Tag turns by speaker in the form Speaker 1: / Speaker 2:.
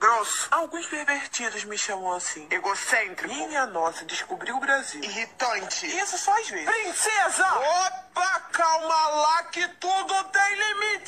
Speaker 1: grosso. Alguns pervertidos me chamam assim. Egocêntrico. Minha nossa, descobri o Brasil. Irritante. Isso só às vezes. Princesa! Opa, calma lá que tudo tem